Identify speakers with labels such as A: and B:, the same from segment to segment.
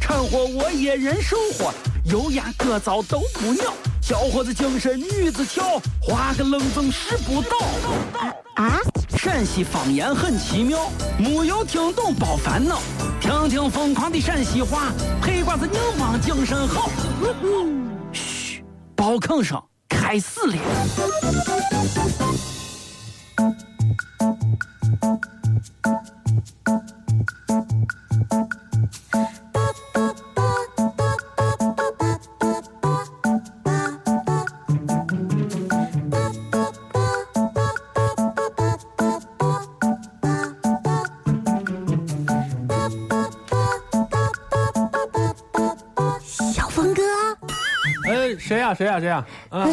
A: 掺和我也人生活，油盐各糟都不尿，小伙子精神女子俏，花个愣风使不倒。
B: 啊，
A: 陕西方言很奇妙，没有听懂别烦恼，听听疯狂的陕西话，黑瓜子硬邦精神好。嘘，包吭声开始了。
B: 小峰哥，
C: 哎，谁呀、谁呀、谁呀、啊？啊！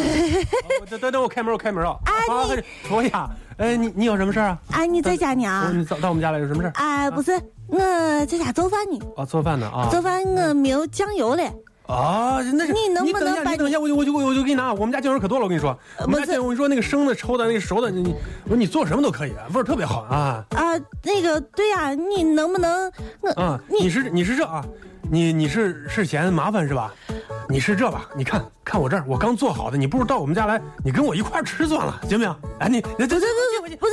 C: 我等等等，我开门，我开门啊！啊，我呀，哎，你你有什么事儿啊？
B: 哎，你在家呢啊？
C: 你到到我们家来有什么事儿？
B: 哎，不是，我在家做饭呢，
C: 啊，做饭呢啊
B: 做？饭我没有酱油嘞。
C: 啊，那是
B: 你能不
C: 等一下
B: 能把
C: 你等一下，我就我就我就我就给你拿。我们家酱油可多了，我跟你说，我们
B: 不
C: 家
B: 是
C: 酱油，我跟你说那个生的、抽的、那个熟的，你你我说你做什么都可以，味儿特别好啊
B: 啊，那个对呀、你能不能我、
C: 啊！你是你是这啊？你你是是嫌麻烦是吧？你是这吧？你看看我这儿，我刚做好的，你不如到我们家来，你跟我一块儿吃算了，行不行？哎，你你这这
B: 不是不是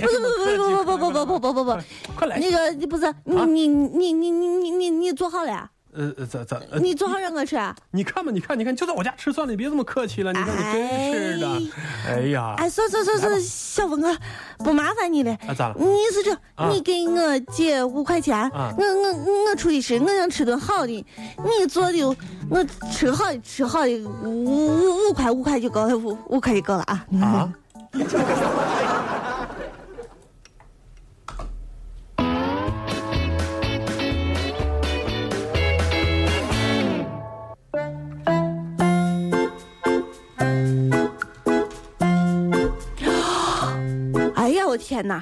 B: 不是不是不是不是不是不不不不不不
C: 快来
B: 那个不是你你你你你你你做好了呀？
C: 呃呃咋咋呃
B: 你做好让我吃？啊？
C: 你看吧，你看，你看，就在我家吃算了，你别这么客气了。你看你真是的，哎呀，
B: 哎，算算算算，小峰哥，不麻烦你了。
C: 啊咋了
B: 你是这，你给我借五块钱，
C: 啊
B: 我我我出去吃，我想吃顿好的。你做的，我吃好的吃好的，五五五块五块就够了，五五块就够了啊。
C: 啊，
B: 哎呀，我天哪！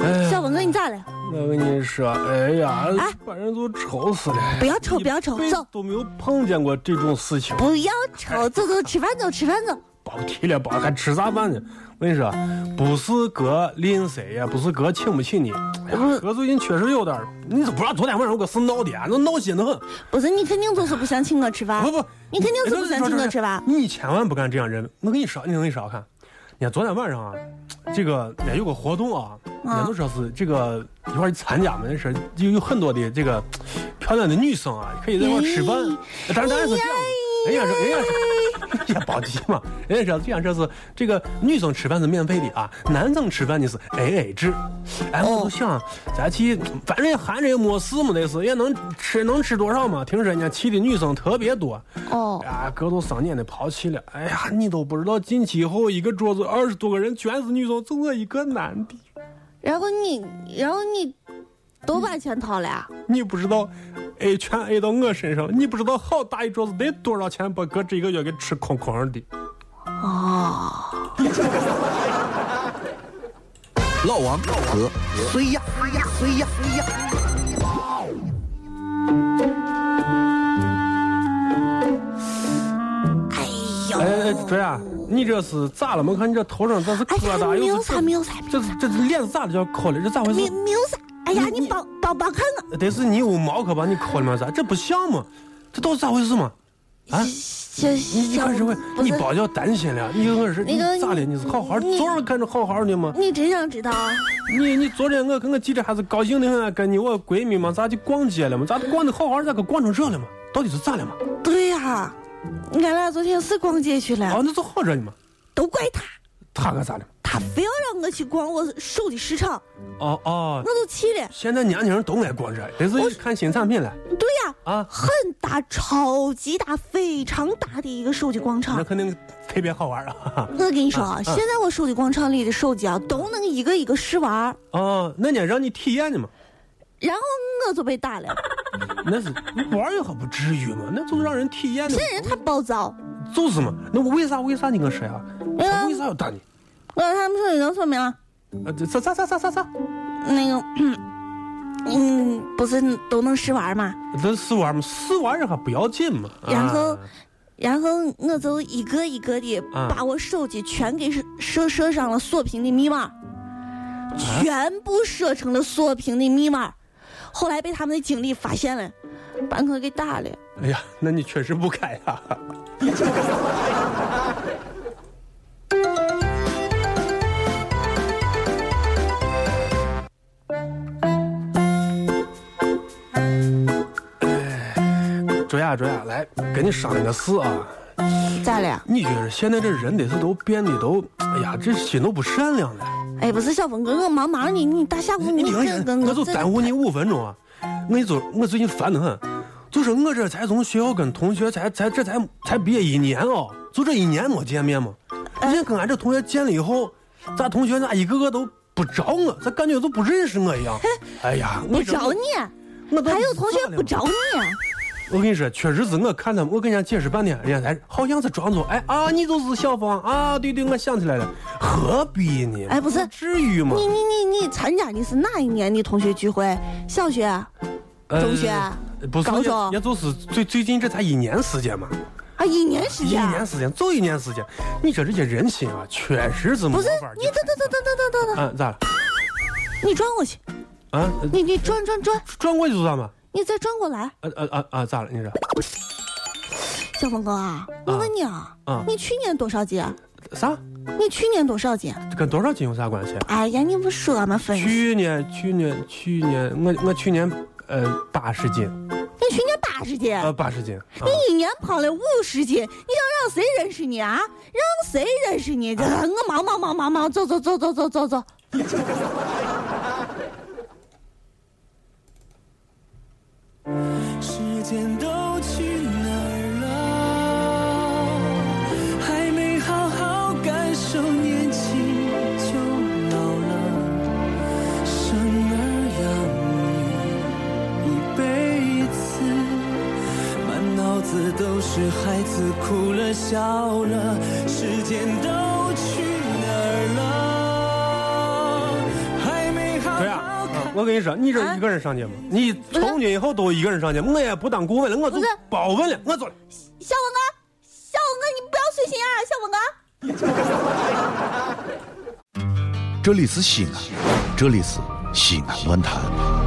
C: 哎呀
B: 小峰哥，你咋了？
C: 我跟你说，哎呀
B: 哎，
C: 把人都愁死了。
B: 不要愁，
C: 一
B: 不要愁，
C: 辈子
B: 走，
C: 都没有碰见过这种事情，
B: 不要愁，走走，吃饭走，吃饭走。
C: 甭提了吧，还吃啥饭呢？我跟你说，不是哥吝啬呀，不是哥请不起你，哎
B: 不是
C: 呀，哥最近确实有点儿，你都不知道昨天晚上我可是闹的啊，那闹心的很。
B: 不是，你肯定就是不想请我吃饭。
C: 不不，
B: 你肯定是不想请我吃
C: 吧？
B: 饭。
C: 你千万不敢这样人。我跟你说，你我跟你说，我看，你看昨天晚上啊，这个也有个活动啊，
B: 啊
C: 人都说是这个一块儿去参加嘛，那是有有很多的这个漂亮的女生啊，可以在一块儿吃饭
B: 咦。
C: 当然当然是这 样的，人家说人家说也保级嘛，人家说这样说是这个女生吃饭是免费的啊，男生吃饭的是 A A 制。哎，我都想，咱去，反正寒着也没事嘛，那是也能吃能吃多少嘛？听说人家去的女生特别多。
B: 哦，
C: 啊，哥都上年的抛弃了。哎呀，你都不知道进去以后，一个桌子二十多个人，全是女生，就我一个男的。
B: 然后你，然后你，都把钱掏了呀？
C: 你不知道，A 全 A 到我身上，你不知道好大一桌子得多少钱把哥这一个月给吃空空的。
B: 哦。
D: 老王和谁呀？谁呀？谁呀？
B: 哎
C: 哎
B: 呦，
C: 哎，对啊，你这是咋了嘛？我看你这头上这是
B: 哎
C: 疙瘩，
B: 没
C: 又
B: 有
C: 是
B: 啥，没有啥，
C: 这这这脸咋的叫抠了？这咋回
B: 没
C: 事？
B: 没有啥。哎呀，
C: 你
B: 你帮帮帮看我，
C: 得是你有毛可把你抠了嘛？咋这不像嘛？这到底咋回事嘛？啊，
B: 小
C: 你
B: 小
C: 看是不是？
B: 不
C: 你
B: 是
C: 别叫担心了，你可是你
B: 那个
C: 咋了？你是好好，
B: 你
C: 总是看着好好的嘛。
B: 你真想知道啊？
C: 你你昨天我跟我记者还是高兴的很啊，跟你我闺蜜嘛，咱去逛街了嘛，咱逛的好好，咋给逛成这了嘛？到底是咋了嘛？
B: 对呀，俺俩昨天是逛街去
C: 啊
B: 了，，
C: 那就好着呢嘛。
B: 都怪他，
C: 他可咋了？
B: 他非要让我去逛我手的市场，
C: 哦哦
B: 我，都气了。
C: 现在年轻人都爱逛这，得
B: 我
C: 是看新产品了
B: 对呀，
C: 啊。
B: 很大，超级大，非常大的一个手机广
C: 那
B: 场。
C: 肯定特别好玩啊！哈哈
B: 我跟你说啊，现在我手机广场里的手机啊，都能一个一个试玩儿。
C: 哦，那年让你体验的嘛。
B: 然后我就被打了。
C: 那是玩儿也可不至于嘛，那就是让人体验的嘛。
B: 这人他暴躁，
C: 就是嘛，那我为啥为啥你跟谁啊？我为啥要打你？
B: 我让呃他们说你能说明了，
C: 呃，这啥啥啥啥啥啥？
B: 啊那个，嗯，不是都能试玩嘛？
C: 这试玩嘛，试玩也还不要紧嘛。啊啊
B: 然后，然后我就一个一个的把我手机全给设设上了锁屏的密码，
C: 啊
B: 全部设成了锁屏的密码。后来被他们的经理发现了，把我给打了。
C: 哎呀，那你确实不啊哎该呀、哎，卓雅，卓雅，来跟你商量个事啊！
B: 咋了呀？
C: 你觉着现在这人得是都变得都，哎呀，这心都不善良了。
B: 哎，不是小峰哥，我忙忙的，你大下午
C: 你
B: 你
C: 听
B: 这跟
C: 人，我就耽误你五分钟啊！我就我最近烦得很，就是我这才从学校跟同学才才这才才毕业一年哦，就这一年没见面嘛。
B: 嗯
C: 人家跟俺这同学见了以后，咱同学咋一个个都不找我，咱感觉都不认识我一样。哎呀，我
B: 不
C: 这
B: 找，
C: 我
B: 你，还有同学不
C: 找。
B: 找你，啊
C: 我跟你说，确实是我看他们，我跟人家解释半天，人家才好像是装作哎啊，你就是小芳啊，对对，我想起来了，何必呢？
B: 哎不是
C: 至于吗？
B: 你你你你参加的是哪一年的同学聚会？小学啊？
C: 呃
B: 中学啊
C: 不是，
B: 高
C: 也
B: 中
C: 也就是最最近这才一年时间嘛，
B: 啊，一年时
C: 一
B: 间啊？
C: 年时间，就一年时间。你说这些人心啊，确实是没
B: 不是
C: 法儿，
B: 你等等等等等等等等，
C: 啊咋了
B: 你转过去，
C: 啊？
B: 你你转转转，
C: 转过去就算吧。
B: 你再转过来，
C: 啊啊啊啊咋了？你说
B: 小峰哥啊，我问你啊
C: 啊，
B: 你去年多少斤？啊？
C: 啥？
B: 你去年多少斤？
C: 这跟多少斤有啥关系？啊
B: 哎呀，你不说嘛，分析，
C: 去年去年去年，我我去年呃八十斤，
B: 你去年八十斤，
C: 呃八十斤。啊
B: 你一年胖了五十斤，你想让谁认识你啊？让谁认识你？这
C: 啊
B: 我忙忙忙忙忙，走走走走走走走。
E: 时间都去哪儿了？还没好好感受年轻就老了，生儿养女一辈子，满脑子都是孩子哭了笑了，时间都去哪儿了？还没好
C: 对呀、啊
E: 好感。，
C: 我跟你说，你
B: 啊
C: 这一个人上街吗？你从今以后都一个人上街，我也不当顾问了，我就
B: 不是
C: 包问了，我走了。
B: 小王哥，小王哥，你不要随心啊，小王哥。
D: 这里是西安，这里是西安论坛。